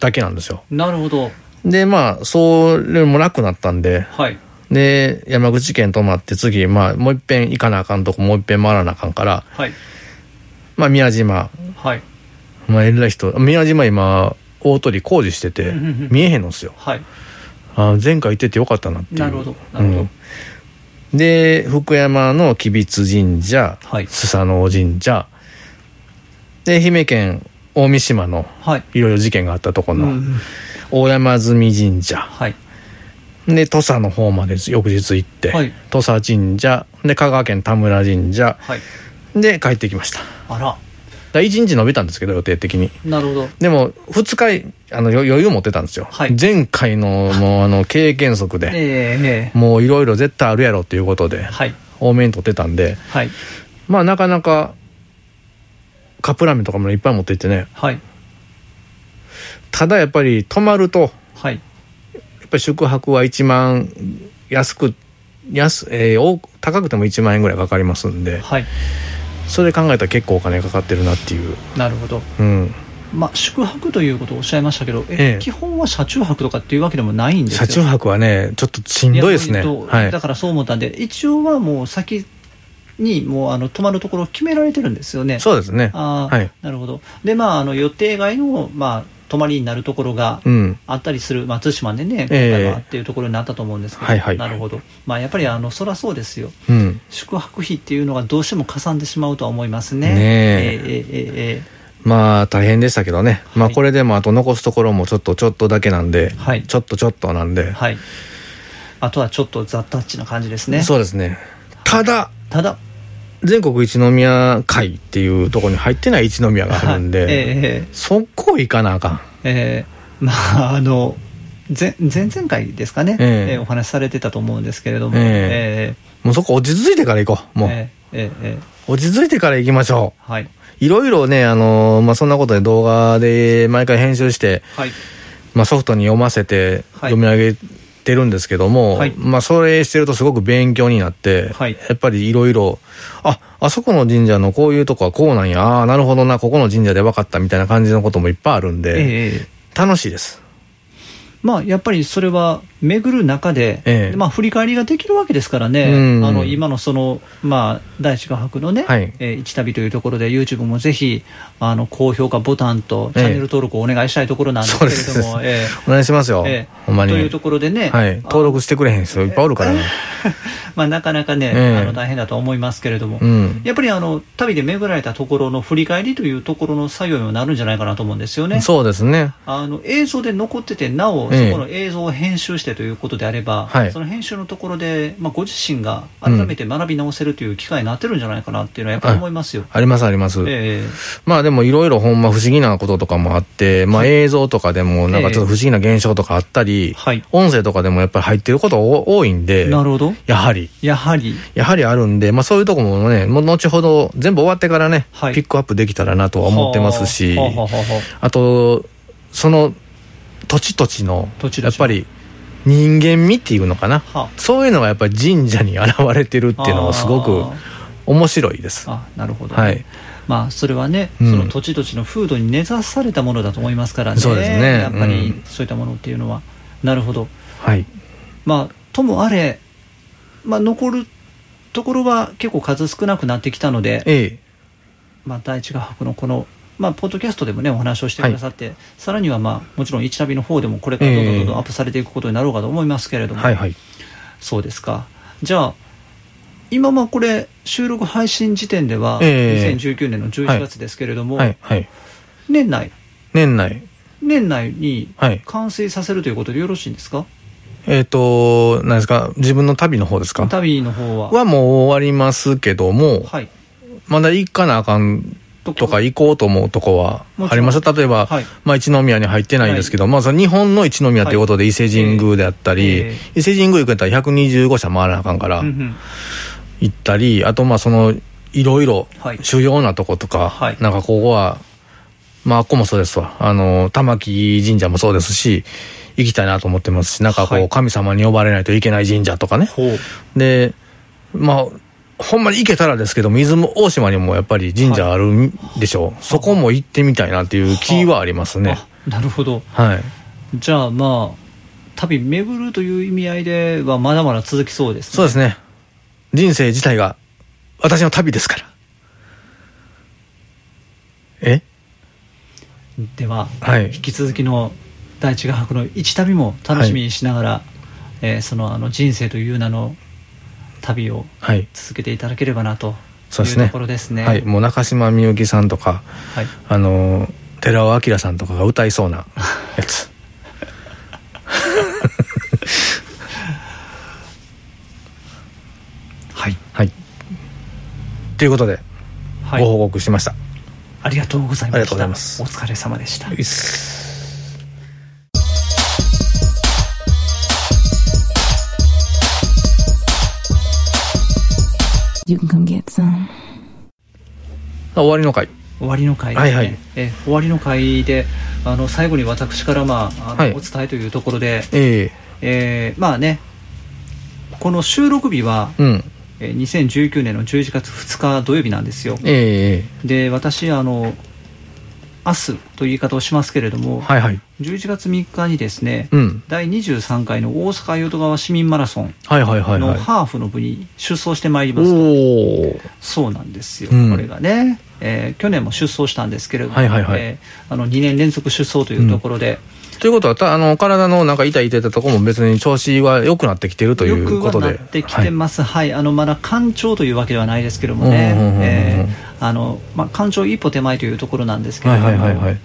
[SPEAKER 1] だけなんですよ
[SPEAKER 2] なるほど。
[SPEAKER 1] でまあそれも楽になったんで
[SPEAKER 2] はい。
[SPEAKER 1] で山口県泊まって次、まあ、もう一遍行かなあかんとこもう一遍回らなあかんから、
[SPEAKER 2] はい。
[SPEAKER 1] まあ、宮島、
[SPEAKER 2] はい。
[SPEAKER 1] まあ、偉い人宮島今大鳥居工事してて
[SPEAKER 2] うんうんうん
[SPEAKER 1] 見えへんのっすよ
[SPEAKER 2] はい。
[SPEAKER 1] あ前回行っててよかったなっていう
[SPEAKER 2] なるほど。なるほ
[SPEAKER 1] う
[SPEAKER 2] ど
[SPEAKER 1] ん。で福山の吉備津神社、
[SPEAKER 2] はい
[SPEAKER 1] 須佐野神社で愛媛県大三島の
[SPEAKER 2] はい。
[SPEAKER 1] いろいろ事件があったとこ
[SPEAKER 2] う
[SPEAKER 1] の、
[SPEAKER 2] ん。
[SPEAKER 1] 大山積神社
[SPEAKER 2] はい。
[SPEAKER 1] で土佐の方まで翌日行って、
[SPEAKER 2] はい
[SPEAKER 1] 土佐神社で香川県田村神社
[SPEAKER 2] はい。
[SPEAKER 1] で帰ってきました
[SPEAKER 2] あら。
[SPEAKER 1] 1日延びたんですけど予定的に
[SPEAKER 2] なるほど。
[SPEAKER 1] でも2日あの余余裕持ってたんですよ、
[SPEAKER 2] はい
[SPEAKER 1] 前回のもうあの経験則で、
[SPEAKER 2] ええ。
[SPEAKER 1] もういろいろ絶対あるやろっていうことで
[SPEAKER 2] はい。
[SPEAKER 1] 多めに取ってたんで
[SPEAKER 2] はい。
[SPEAKER 1] まあなかなかカップラーメンとかもいっぱい持って行ってね
[SPEAKER 2] はい。
[SPEAKER 1] ただやっぱり泊まるとや
[SPEAKER 2] はい。
[SPEAKER 1] っぱり宿泊は1万安く安、えー多く高くても1万円ぐらいかかりますんで
[SPEAKER 2] はい。
[SPEAKER 1] それ考えたら結構お金かかってるなっていう
[SPEAKER 2] なるほど。
[SPEAKER 1] うん
[SPEAKER 2] まあ、宿泊ということをおっしゃいましたけど、
[SPEAKER 1] え
[SPEAKER 2] え
[SPEAKER 1] え
[SPEAKER 2] 基本は車中泊とかっていうわけでもないんです
[SPEAKER 1] 車
[SPEAKER 2] よ
[SPEAKER 1] 中泊はねちょっとしんどいですね
[SPEAKER 2] やもう
[SPEAKER 1] はい
[SPEAKER 2] だからそう思ったんで、一応はもう先にもうあの泊まるところを決められてるんですよね。
[SPEAKER 1] そうですね
[SPEAKER 2] あー
[SPEAKER 1] はい
[SPEAKER 2] なるほど。で、まあ、あの予定外の、まあ、泊まりになるところが
[SPEAKER 1] うん
[SPEAKER 2] あったりする、松島でね、今
[SPEAKER 1] ええ
[SPEAKER 2] 回はっていうところになったと思うんですけど、
[SPEAKER 1] はいはい
[SPEAKER 2] なるほど。まあ、やっぱりあのそらそうですよ。
[SPEAKER 1] うん
[SPEAKER 2] 宿泊費っていうのがどうしてもかさんでしまうとは思います
[SPEAKER 1] ねえ
[SPEAKER 2] ね。えええええ
[SPEAKER 1] まあ大変でしたけどね、まあ
[SPEAKER 2] はい
[SPEAKER 1] これでもあと残すところもちょっとちょっとだけなんで、
[SPEAKER 2] はい
[SPEAKER 1] ちょっとちょっとなんで
[SPEAKER 2] え、はい。あとはちょっとザ・タッチな感じですね。
[SPEAKER 1] そうですねただ
[SPEAKER 2] ただ、
[SPEAKER 1] 全国一宮会っていうところに入ってない一宮があるんで、
[SPEAKER 2] はいええええ
[SPEAKER 1] そこ行かなあかん
[SPEAKER 2] えーまああの前前々回ですかね、
[SPEAKER 1] え
[SPEAKER 2] え
[SPEAKER 1] え
[SPEAKER 2] ーお話しされてたと思うんですけれども、
[SPEAKER 1] え
[SPEAKER 2] え
[SPEAKER 1] もうそこ落ち着いてから行こう
[SPEAKER 2] ー
[SPEAKER 1] もう、
[SPEAKER 2] えーえーえー
[SPEAKER 1] 落ち着いてから行きましょう
[SPEAKER 2] はい、
[SPEAKER 1] いろいろねあのまあそんなことで動画で毎回編集して、
[SPEAKER 2] はい、
[SPEAKER 1] まあ、ソフトに読ませて
[SPEAKER 2] はい
[SPEAKER 1] 読み上げてるんですけども、
[SPEAKER 2] はい
[SPEAKER 1] まあそれしてるとすごく勉強になって、
[SPEAKER 2] はい
[SPEAKER 1] やっぱりいろいろああそこの神社のこういうとこはこうなんやああなるほどなここの神社で分かったみたいな感じのこともいっぱいあるん
[SPEAKER 2] えー
[SPEAKER 1] で、
[SPEAKER 2] えー
[SPEAKER 1] 楽しいです
[SPEAKER 2] まあやっぱりそれは巡る中で、
[SPEAKER 1] ええ
[SPEAKER 2] まあ振り返りができるわけですからね、
[SPEAKER 1] うん
[SPEAKER 2] あの今のそのまあ大地画伯のね、
[SPEAKER 1] はい
[SPEAKER 2] えー一旅というところで YouTube もぜひあの高評価ボタンとチャンネル登録をお願いしたいところなんですけれど
[SPEAKER 1] そ
[SPEAKER 2] も、
[SPEAKER 1] う
[SPEAKER 2] え
[SPEAKER 1] お願いしますよ、
[SPEAKER 2] えええ
[SPEAKER 1] ほんまに
[SPEAKER 2] というところでね、
[SPEAKER 1] はい、登録してくれへん人いっぱいおるからね、
[SPEAKER 2] まあ、なかなか
[SPEAKER 1] え
[SPEAKER 2] ね、
[SPEAKER 1] え
[SPEAKER 2] あの大変だと思いますけれども、
[SPEAKER 1] うん
[SPEAKER 2] やっぱりあの旅で巡られたところの振り返りというところの作業にもなるんじゃないかなと思うんですよね。
[SPEAKER 1] そうですね
[SPEAKER 2] あの映像で残ってて、なお、
[SPEAKER 1] ええ
[SPEAKER 2] そこの映像を編集してということであれば、
[SPEAKER 1] はい
[SPEAKER 2] その編集のところで、まあ、ご自身が改めて学び直せるという機会になってるんじゃないかなっていうのは、やっぱり思いますよ。
[SPEAKER 1] ありますあります、
[SPEAKER 2] ええ
[SPEAKER 1] まあでもいろいろほんま不思議なこととかもあって、まあ映像とかでもなんかちょっと不思議な現象とかあったり、
[SPEAKER 2] はい
[SPEAKER 1] 音声とかでもやっぱり入ってることお多いんで、
[SPEAKER 2] なるほど、
[SPEAKER 1] やはり、
[SPEAKER 2] やはり、
[SPEAKER 1] やはりあるんで、まあそういうとこもね、もう後ほど全部終わってからね、
[SPEAKER 2] はい
[SPEAKER 1] ピックアップできたらなとは思ってますし、
[SPEAKER 2] はあはあはあは
[SPEAKER 1] あと、その土地土地の、
[SPEAKER 2] 土地土地の
[SPEAKER 1] やっぱり人間味っていうのかな、
[SPEAKER 2] あは
[SPEAKER 1] そういうのがやっぱり神社に現れてるっていうのはすごく
[SPEAKER 2] あ
[SPEAKER 1] 面白いです。
[SPEAKER 2] あなるほど、
[SPEAKER 1] はい
[SPEAKER 2] まあ、それはね、
[SPEAKER 1] うん
[SPEAKER 2] その土地土地の風土に根ざされたものだと思いますからね
[SPEAKER 1] そうですね
[SPEAKER 2] やっぱり
[SPEAKER 1] うん
[SPEAKER 2] そういったものっていうのは、なるほど、
[SPEAKER 1] はい。
[SPEAKER 2] まあ、ともあれ、まあ、残るところは結構数少なくなってきたので、
[SPEAKER 1] ええ。
[SPEAKER 2] まあ、第一画伯のこの、まあ、ポッドキャストでもねお話をしてくださって、さらには、まあ、もちろん一旅の方でもこれからどんどんどんどんアップされていくことになろうかと思いますけれども、
[SPEAKER 1] はいはい。
[SPEAKER 2] そうですか。じゃあ、今まあこれ、収録配信時点では、
[SPEAKER 1] ええ
[SPEAKER 2] 2019年の11月ですけれども、
[SPEAKER 1] はいはい。
[SPEAKER 2] 年内、
[SPEAKER 1] 年内。
[SPEAKER 2] 年内に
[SPEAKER 1] はい
[SPEAKER 2] 完成させるということでよろしいんですか、
[SPEAKER 1] えっ、と、何ですか、自分の旅の方ですか
[SPEAKER 2] 旅の方は、
[SPEAKER 1] はもう終わりますけども、
[SPEAKER 2] はい、
[SPEAKER 1] まだ行かなあかん
[SPEAKER 2] と
[SPEAKER 1] とか行こうと思うとこはあります例えば、
[SPEAKER 2] はい
[SPEAKER 1] まあ一宮に入ってないんですけど、まあその日本の一宮ということで伊勢神宮であったり、
[SPEAKER 2] え
[SPEAKER 1] 伊勢神宮行くんやったら125社回らなあかんから
[SPEAKER 2] うんうん
[SPEAKER 1] 行ったり、あとまあそのいろいろ
[SPEAKER 2] はい
[SPEAKER 1] 主要なとことか、
[SPEAKER 2] はい
[SPEAKER 1] なんかここはまあここもそうですわあの玉木神社もそうですし行きたいなと思ってますしなんかこう、
[SPEAKER 2] はい
[SPEAKER 1] 神様に呼ばれないといけない神社とかね
[SPEAKER 2] ほう
[SPEAKER 1] でまあほんまに行けたらですけども出雲大島にもやっぱり神社あるんでしょう、そこも行ってみたいなっていう気はありますね
[SPEAKER 2] あなるほど
[SPEAKER 1] はい
[SPEAKER 2] じゃあまあ旅巡るという意味合いではまだまだ続きそうですね
[SPEAKER 1] そうですね人生自体が私の旅ですからえ
[SPEAKER 2] では、
[SPEAKER 1] はい
[SPEAKER 2] 引き続きの大地画伯の一旅も楽しみにしながら、えーそのあの人生という名の旅を
[SPEAKER 1] はい
[SPEAKER 2] 続けていただければなと
[SPEAKER 1] そう
[SPEAKER 2] い
[SPEAKER 1] です
[SPEAKER 2] う
[SPEAKER 1] ね
[SPEAKER 2] ところですね。
[SPEAKER 1] はい、もう中島みゆきさんとか
[SPEAKER 2] はい
[SPEAKER 1] あの寺尾明さんとかが歌いそうなやつ
[SPEAKER 2] はい
[SPEAKER 1] はいということでご
[SPEAKER 2] はい
[SPEAKER 1] 報告しました、
[SPEAKER 2] ありがとうございました。
[SPEAKER 1] ありがとうございます
[SPEAKER 2] お疲れ様でした。
[SPEAKER 1] ういっすあ終わりの回
[SPEAKER 2] 終わりの会ですね、
[SPEAKER 1] はいはい
[SPEAKER 2] えー終わりの会であの最後に私から、まああの
[SPEAKER 1] はい
[SPEAKER 2] お伝えというところで、
[SPEAKER 1] え
[SPEAKER 2] えーまあねこの収録日は
[SPEAKER 1] え、うん
[SPEAKER 2] えー2019年の11月2日土曜日なんですよ。
[SPEAKER 1] ええ
[SPEAKER 2] で私あの明日という言い方をしますけれども、
[SPEAKER 1] はいはい
[SPEAKER 2] 11月3日にですね、
[SPEAKER 1] うん
[SPEAKER 2] 第23回の大阪淀川市民マラソン
[SPEAKER 1] はいはいはい
[SPEAKER 2] の
[SPEAKER 1] はい
[SPEAKER 2] ハーフの部に出走してまいります、
[SPEAKER 1] おお
[SPEAKER 2] そうなんですよ、
[SPEAKER 1] うん
[SPEAKER 2] これがね、えー去年も出走したんですけれども、
[SPEAKER 1] はいはいはい
[SPEAKER 2] えーあの2年連続出走というところで、
[SPEAKER 1] ということはたあの体のなんか痛い痛いたとこも別に調子は良くなってきてるとい
[SPEAKER 2] よく
[SPEAKER 1] うこ
[SPEAKER 2] は
[SPEAKER 1] とで
[SPEAKER 2] なってきてます、はいあのまだ干潮というわけではないですけどもね
[SPEAKER 1] うんうんうんうん
[SPEAKER 2] えーあのまあ干潮一歩手前というところなんですけ
[SPEAKER 1] は
[SPEAKER 2] れ
[SPEAKER 1] い
[SPEAKER 2] ども、
[SPEAKER 1] はいはいはいはい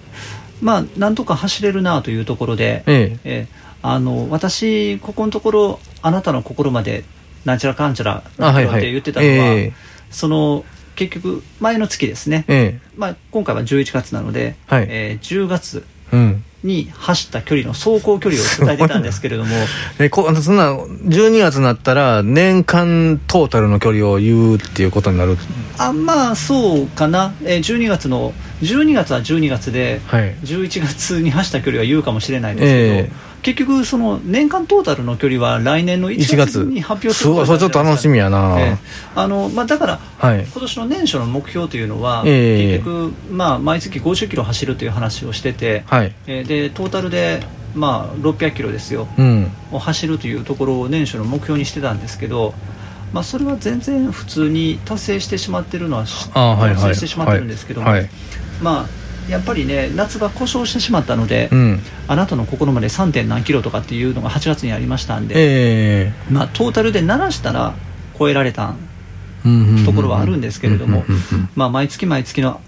[SPEAKER 2] まあ、なんとか走れるなというところで、
[SPEAKER 1] え
[SPEAKER 2] えーあの私、ここのところ、あなたの心までなんちゃらかんちゃらなんちゃらって言ってたのは、
[SPEAKER 1] あはいはいええ
[SPEAKER 2] その結局、前の月ですね、
[SPEAKER 1] え
[SPEAKER 2] まあ、今回は11月なので、
[SPEAKER 1] はい
[SPEAKER 2] えー10月
[SPEAKER 1] えうん
[SPEAKER 2] に走った距離の走行距離を伝えてたんですけれど も、
[SPEAKER 1] えこあのそんな12月になったら年間トータルの距離を言うっていうことになる
[SPEAKER 2] あまあ、そうかな、えー12月の、12月は12月で、
[SPEAKER 1] はい
[SPEAKER 2] 11月に走った距離は言うかもしれないですけど、
[SPEAKER 1] え
[SPEAKER 2] 結局、その年間トータルの距離は来年の1
[SPEAKER 1] 1
[SPEAKER 2] 月
[SPEAKER 1] 月
[SPEAKER 2] に発表す
[SPEAKER 1] す
[SPEAKER 2] る
[SPEAKER 1] ごいそれちょっと楽しみやな、
[SPEAKER 2] ええあのまあ、だから、
[SPEAKER 1] はい
[SPEAKER 2] 今年の年初の目標というのは、
[SPEAKER 1] ええ
[SPEAKER 2] 結局、まあ、毎月50キロ走るという話をしてて、
[SPEAKER 1] はい
[SPEAKER 2] えーでトータルで、まあ、600キロですよ、
[SPEAKER 1] うん
[SPEAKER 2] を走るというところを年初の目標にしてたんですけど、まあ、それは全然普通に達成してしまってるのはし
[SPEAKER 1] あはい
[SPEAKER 2] 達
[SPEAKER 1] は
[SPEAKER 2] 成
[SPEAKER 1] い
[SPEAKER 2] してしまってるんですけども、
[SPEAKER 1] はいはい
[SPEAKER 2] まあ、やっぱりね夏が故障してしまったので、
[SPEAKER 1] うん
[SPEAKER 2] あなたの心まで 3. 点何キロとかっていうのが8月にありましたんで、
[SPEAKER 1] え
[SPEAKER 2] まあ、トータルで7したら超えられたん
[SPEAKER 1] えうんうん
[SPEAKER 2] ところはあるんですけれども
[SPEAKER 1] うんうんうんうん、
[SPEAKER 2] まあ、毎月毎月の、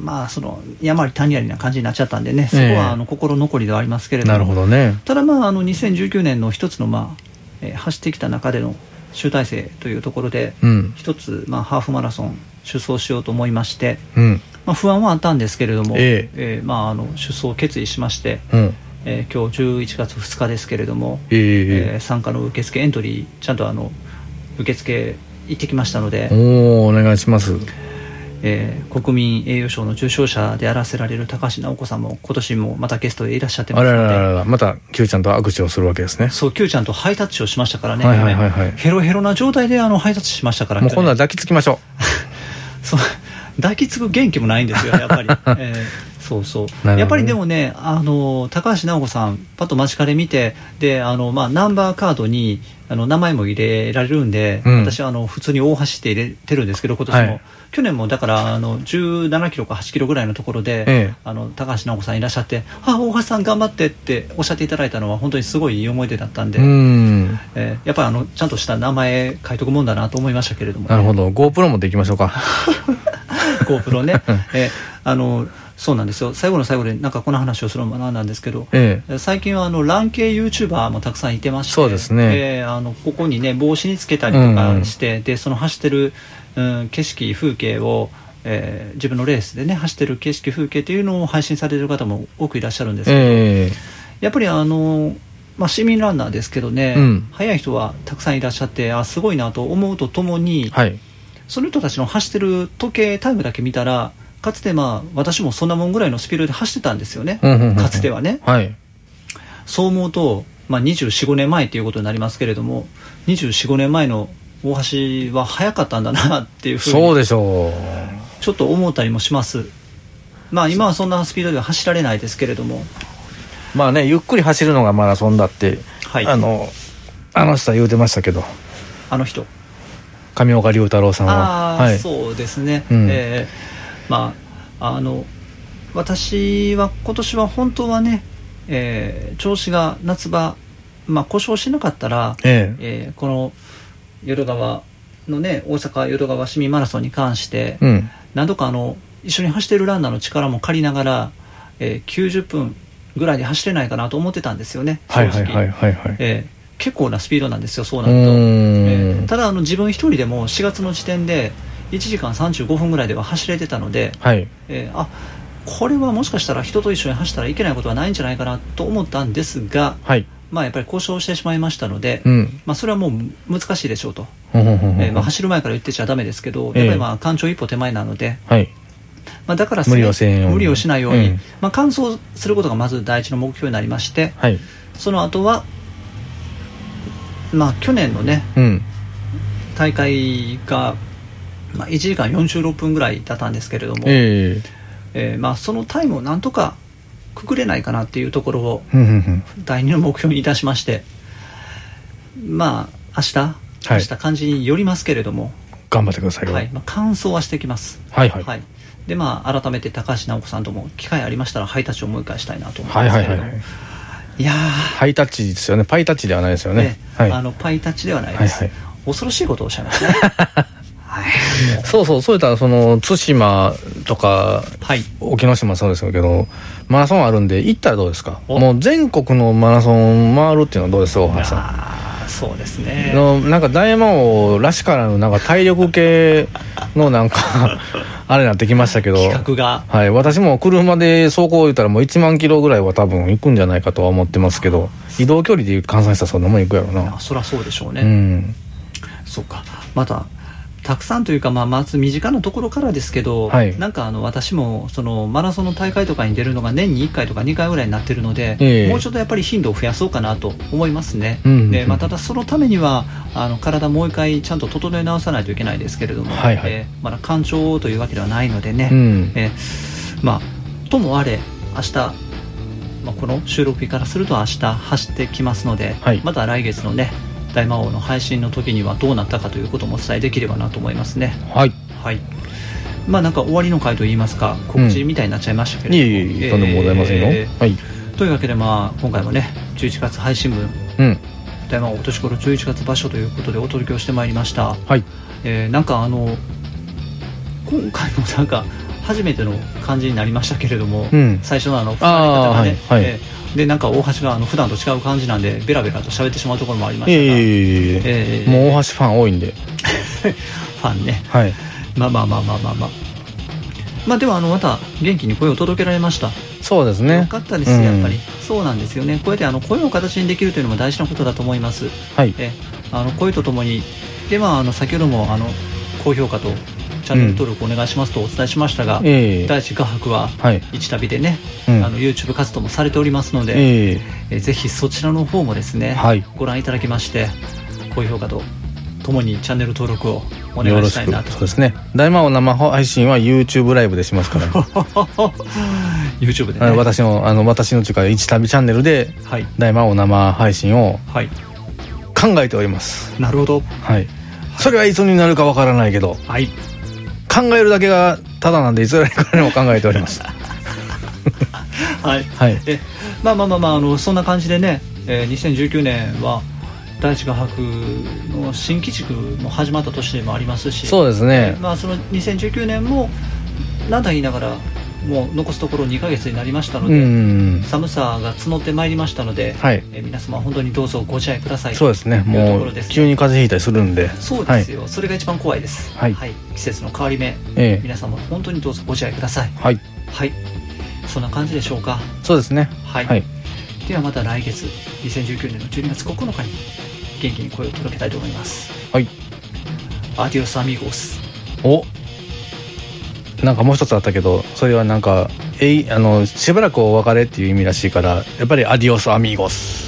[SPEAKER 2] まあ、その山あり谷ありな感じになっちゃったんでね、そこ
[SPEAKER 1] ええ
[SPEAKER 2] はあの心残りではありますけれども、
[SPEAKER 1] なるほどね
[SPEAKER 2] ただ、まあ、あの2019年の一つの、まあえー走ってきた中での集大成というところで、
[SPEAKER 1] うん
[SPEAKER 2] 一つ、まあ、ハーフマラソン、出走しようと思いまして、
[SPEAKER 1] うん
[SPEAKER 2] まあ、不安はあったんですけれども、
[SPEAKER 1] え
[SPEAKER 2] えーまあ、あの出走を決意しまして、
[SPEAKER 1] うん
[SPEAKER 2] えー今日11月2日ですけれども、
[SPEAKER 1] え
[SPEAKER 2] えー
[SPEAKER 1] え
[SPEAKER 2] 参加の受付エントリーちゃんとあの受付行ってきましたので、
[SPEAKER 1] おおお願いします
[SPEAKER 2] えー国民栄誉賞の受賞者であらせられる高橋直子さんも今年もまたゲストでいらっしゃってま
[SPEAKER 1] あ
[SPEAKER 2] す
[SPEAKER 1] ら
[SPEAKER 2] の
[SPEAKER 1] ら
[SPEAKER 2] で
[SPEAKER 1] らららまた Q ちゃんと握手をするわけですね
[SPEAKER 2] そう Q ちゃんとハイタッチをしましたからね、
[SPEAKER 1] はいはいはいはい
[SPEAKER 2] ヘロヘロな状態であのハイタッチしましたから
[SPEAKER 1] もう今度は
[SPEAKER 2] 去
[SPEAKER 1] 抱きつきましょ
[SPEAKER 2] 年そう抱きつく元気もないんですよや っぱり、えーそうそう、
[SPEAKER 1] ほどね
[SPEAKER 2] やっぱりでもねあの高橋直子さんパッと間近で見てであの、まあ、ナンバーカードにあの名前も入れられるんで、
[SPEAKER 1] うん
[SPEAKER 2] 私はあの普通に大橋って入れてるんですけど今年も、
[SPEAKER 1] はい
[SPEAKER 2] 去年もだからあの17キロか8キロぐらいのところで、
[SPEAKER 1] ええ
[SPEAKER 2] あの高橋直子さんいらっしゃって「あ大橋さん頑張って」っておっしゃっていただいたのは本当にすごいいい思い出だったんで。
[SPEAKER 1] ううん
[SPEAKER 2] えーやっぱりあのちゃんとした名前書いとくもんだなと思いましたけれども、
[SPEAKER 1] なるほど GoPro 持っていきましょうか
[SPEAKER 2] GoPro ね、えーあのそうなんですよ最後の最後でなんかこの話をするのもなんなんですけど、
[SPEAKER 1] ええ。
[SPEAKER 2] 最近はあのラン系 YouTuber もたくさんいてまして
[SPEAKER 1] そうですね
[SPEAKER 2] えーあのここにね帽子につけたりと
[SPEAKER 1] うんう
[SPEAKER 2] か
[SPEAKER 1] ん
[SPEAKER 2] して、でその走ってる、うん、景色風景を、えー自分のレースでね走ってる景色風景っていうのを配信される方も多くいらっしゃるんですけど、
[SPEAKER 1] ええ。
[SPEAKER 2] やっぱりあの、まあ、市民ランナーですけどね、
[SPEAKER 1] うん
[SPEAKER 2] 速い人はたくさんいらっしゃってあすごいなと思うとともに、
[SPEAKER 1] はい。
[SPEAKER 2] その人たちの走ってる時計タイムだけ見たらかつてまあ私もそんなもんぐらいのスピードで走ってたんですよね、
[SPEAKER 1] うんうんうんうん
[SPEAKER 2] かつてはね
[SPEAKER 1] はい。
[SPEAKER 2] そう思うと、まあ、245年前ということになりますけれども245年前の大橋は早かったんだなっていうふう
[SPEAKER 1] そう
[SPEAKER 2] に
[SPEAKER 1] でしょう。
[SPEAKER 2] ちょっと思ったりもしますまあ今はそんなスピードでは走られないですけれども
[SPEAKER 1] まあね、ゆっくり走るのがマラソンだって、
[SPEAKER 2] はい
[SPEAKER 1] あの、あの人は言うてましたけど、
[SPEAKER 2] あの人
[SPEAKER 1] 上岡龍太郎さんは。
[SPEAKER 2] ああ、
[SPEAKER 1] はい。
[SPEAKER 2] そうですね、
[SPEAKER 1] うん
[SPEAKER 2] えーまああの私は今年は本当はね、えー調子が夏場まあ故障しなかったら、
[SPEAKER 1] ええ。
[SPEAKER 2] えーこの淀川のね大阪淀川市民マラソンに関して、
[SPEAKER 1] うん。
[SPEAKER 2] 何度かあの一緒に走ってるランナーの力も借りながら、えー90分ぐらいで走れないかなと思ってたんですよね
[SPEAKER 1] は
[SPEAKER 2] 正
[SPEAKER 1] い
[SPEAKER 2] 直、
[SPEAKER 1] はいはいはいはい。
[SPEAKER 2] えー結構なスピードなんですよそうな
[SPEAKER 1] う
[SPEAKER 2] ると。え
[SPEAKER 1] ー
[SPEAKER 2] ー
[SPEAKER 1] ん。
[SPEAKER 2] ただあの自分一人でも4月の時点で1時間35分ぐらいでは走れてたので、
[SPEAKER 1] はい。
[SPEAKER 2] えーあこれはもしかしたら人と一緒に走ったらいけないことはないんじゃないかなと思ったんですが、
[SPEAKER 1] はい。
[SPEAKER 2] まあ、やっぱり故障してしまいましたので、
[SPEAKER 1] うん。
[SPEAKER 2] まあ、それはもう難しいでしょうと、
[SPEAKER 1] ほんほんほんほん
[SPEAKER 2] えーまあ、走る前から言ってちゃだめですけど、
[SPEAKER 1] ええ
[SPEAKER 2] やっぱりまあ干潮一歩手前なので、
[SPEAKER 1] はい。
[SPEAKER 2] まあ、だから
[SPEAKER 1] 無理をせんように
[SPEAKER 2] 無理をしないように、
[SPEAKER 1] うん
[SPEAKER 2] まあ、完走することがまず第一の目標になりまして、
[SPEAKER 1] はい。
[SPEAKER 2] その後は、まあ、去年のね、
[SPEAKER 1] うん。
[SPEAKER 2] 大会が、まあ、1時間46分ぐらいだったんですけれども、
[SPEAKER 1] ええ。
[SPEAKER 2] えーまあ、そのタイムをなんとかくぐれないかなっていうところを
[SPEAKER 1] ふんふんふん。
[SPEAKER 2] 第二の目標にいたしましてまあ明日明日感じによりますけれども、
[SPEAKER 1] 頑張ってください
[SPEAKER 2] はい
[SPEAKER 1] よ。
[SPEAKER 2] まあ、完走はしてきます
[SPEAKER 1] はいはい
[SPEAKER 2] でまあ改めて高橋尚子さんとも機会ありましたらハイタッチをもう一回したいなと思い
[SPEAKER 1] はい
[SPEAKER 2] ます
[SPEAKER 1] は
[SPEAKER 2] けれ
[SPEAKER 1] い
[SPEAKER 2] ど
[SPEAKER 1] は
[SPEAKER 2] も、
[SPEAKER 1] い。
[SPEAKER 2] いや
[SPEAKER 1] ハイタッチですよね。パイタッチではないですよ
[SPEAKER 2] ー、
[SPEAKER 1] ね
[SPEAKER 2] ね。
[SPEAKER 1] はい。
[SPEAKER 2] あのパイタッチではないです、
[SPEAKER 1] はいは
[SPEAKER 2] 恐ろしいことをおっしゃいましたね はい
[SPEAKER 1] そうそう、そういったら、その、対馬とか、
[SPEAKER 2] はい
[SPEAKER 1] 沖ノ島そうですけど、マラソンあるんで、行ったらどうですか
[SPEAKER 2] お
[SPEAKER 1] もう全国のマラソン回るっていうのはどうですか、大橋さ
[SPEAKER 2] あーそうです
[SPEAKER 1] ん。
[SPEAKER 2] ね
[SPEAKER 1] のなんか大魔王らしからぬなんか体力系のなん かあれになってきましたけど
[SPEAKER 2] 企画が
[SPEAKER 1] はい私も車で走行言ったらもう1万キロぐらいは多分行くんじゃないかとは思ってますけど移動距離で換算したらそんなもん行くやろ
[SPEAKER 2] あ
[SPEAKER 1] な
[SPEAKER 2] そりゃそうでしょうね、
[SPEAKER 1] うん
[SPEAKER 2] そうかまたたくさんというか、まあ、まず身近なところからですけど、
[SPEAKER 1] はい
[SPEAKER 2] なんかあの私もそのマラソンの大会とかに出るのが年に1回とか2回ぐらいになってるので、
[SPEAKER 1] ええ
[SPEAKER 2] もうちょっとやっぱり頻度を増やそうかなと思いますね、
[SPEAKER 1] うんうんうん
[SPEAKER 2] でまあ、ただそのためにはあの体もう一回ちゃんと整え直さないといけないですけれども、
[SPEAKER 1] はいはい
[SPEAKER 2] えーまだ干潮というわけではないのでね、
[SPEAKER 1] うん
[SPEAKER 2] えーまあ、ともあれ明日、まあ、この収録日からすると明日走ってきますので、
[SPEAKER 1] はい
[SPEAKER 2] また来月のね大魔王の配信の時にはどうなったかということもお伝えできればなと思いますね
[SPEAKER 1] はい
[SPEAKER 2] はいまあなんか終わりの回といいますか告知みたいになっちゃいましたけ
[SPEAKER 1] い
[SPEAKER 2] れ
[SPEAKER 1] え
[SPEAKER 2] ども、
[SPEAKER 1] いえとんでもございませんよ、
[SPEAKER 2] え
[SPEAKER 1] はい
[SPEAKER 2] ーというわけでまあ今回もね11月配信分
[SPEAKER 1] うん
[SPEAKER 2] 大魔王お年頃11月場所ということでお届けをしてまいりました
[SPEAKER 1] はい
[SPEAKER 2] えーなんかあの今回もなんか初めての感じになりましたけれども、
[SPEAKER 1] うん
[SPEAKER 2] 最初のあの伝わり方がね、
[SPEAKER 1] あーはいはい
[SPEAKER 2] えーでなんか大橋があの普段と違う感じなんでベラベラと喋ってしまうところもありま
[SPEAKER 1] い
[SPEAKER 2] した
[SPEAKER 1] え
[SPEAKER 2] が、
[SPEAKER 1] いえいえいえ
[SPEAKER 2] えー
[SPEAKER 1] もう大橋ファン多いんで
[SPEAKER 2] ファンね
[SPEAKER 1] はい
[SPEAKER 2] まあまあまあまあまあまあまあではあのまた元気に声を届けられました、
[SPEAKER 1] そうです
[SPEAKER 2] 良よ
[SPEAKER 1] ね
[SPEAKER 2] かったです
[SPEAKER 1] うん
[SPEAKER 2] やっぱり、そうなんですよねこうやってあの声を形にできるというのも大事なことだと思います
[SPEAKER 1] はい
[SPEAKER 2] えあの声とともにでまああの先ほどもあの高評価とチャンネル登録お願いしますとお伝えしましたが、
[SPEAKER 1] ええ
[SPEAKER 2] 第一画伯は
[SPEAKER 1] はい
[SPEAKER 2] 一旅でね、
[SPEAKER 1] うん
[SPEAKER 2] あの YouTube 活動もされておりますので、
[SPEAKER 1] ええ
[SPEAKER 2] えぜひそちらの方もですね、
[SPEAKER 1] はい
[SPEAKER 2] ご覧いただきまして高評価とともにチャンネル登録をお願
[SPEAKER 1] よ
[SPEAKER 2] い
[SPEAKER 1] ろ
[SPEAKER 2] し
[SPEAKER 1] した
[SPEAKER 2] い
[SPEAKER 1] く
[SPEAKER 2] なと
[SPEAKER 1] そうですね大魔王生配信は YouTube ライブでします から、ね
[SPEAKER 2] YouTube で
[SPEAKER 1] あの
[SPEAKER 2] ね
[SPEAKER 1] 私のあの私の中で一旅チャンネルで
[SPEAKER 2] はい
[SPEAKER 1] 大魔王生配信を
[SPEAKER 2] はい
[SPEAKER 1] 考えております
[SPEAKER 2] なるほど
[SPEAKER 1] はいそれはいつになるかわからないけど
[SPEAKER 2] はい
[SPEAKER 1] 考えるだけがただなんでいつからも考えており ます
[SPEAKER 2] はい
[SPEAKER 1] はい
[SPEAKER 2] えまあまあまあまああのそんな感じでね、えー2019年は第一画伯の新基軸も始まった年でもありますし
[SPEAKER 1] そうですね
[SPEAKER 2] まあ、その2019年もなんだ言いながらもう残すところ2ヶ月になりましたの
[SPEAKER 1] う
[SPEAKER 2] で、
[SPEAKER 1] ん。
[SPEAKER 2] 寒さが募ってまいりましたので、
[SPEAKER 1] はい。
[SPEAKER 2] えー皆様本当にどうぞご自愛ください
[SPEAKER 1] そうですね。
[SPEAKER 2] というと
[SPEAKER 1] も
[SPEAKER 2] ころ
[SPEAKER 1] う
[SPEAKER 2] ですね
[SPEAKER 1] 急に風邪ひいたりするんで。
[SPEAKER 2] そう
[SPEAKER 1] は
[SPEAKER 2] で
[SPEAKER 1] い
[SPEAKER 2] す。よ、それが一番怖いです、
[SPEAKER 1] はい
[SPEAKER 2] 季節の変わり目
[SPEAKER 1] ええ。
[SPEAKER 2] 皆様本当にどうぞご自愛ください
[SPEAKER 1] はい。
[SPEAKER 2] はいそんな感じでしょうか
[SPEAKER 1] そうですね。
[SPEAKER 2] はい、
[SPEAKER 1] はい。
[SPEAKER 2] ではまた来月2019年の12月9日に元気に声を届けたいと思います
[SPEAKER 1] はい。
[SPEAKER 2] アディオスアミーゴス
[SPEAKER 1] おなんかもう一つあったけど、それはなんか、えい、あの、しばらくお別れっていう意味らしいから、やっぱりアディオスアミーゴス。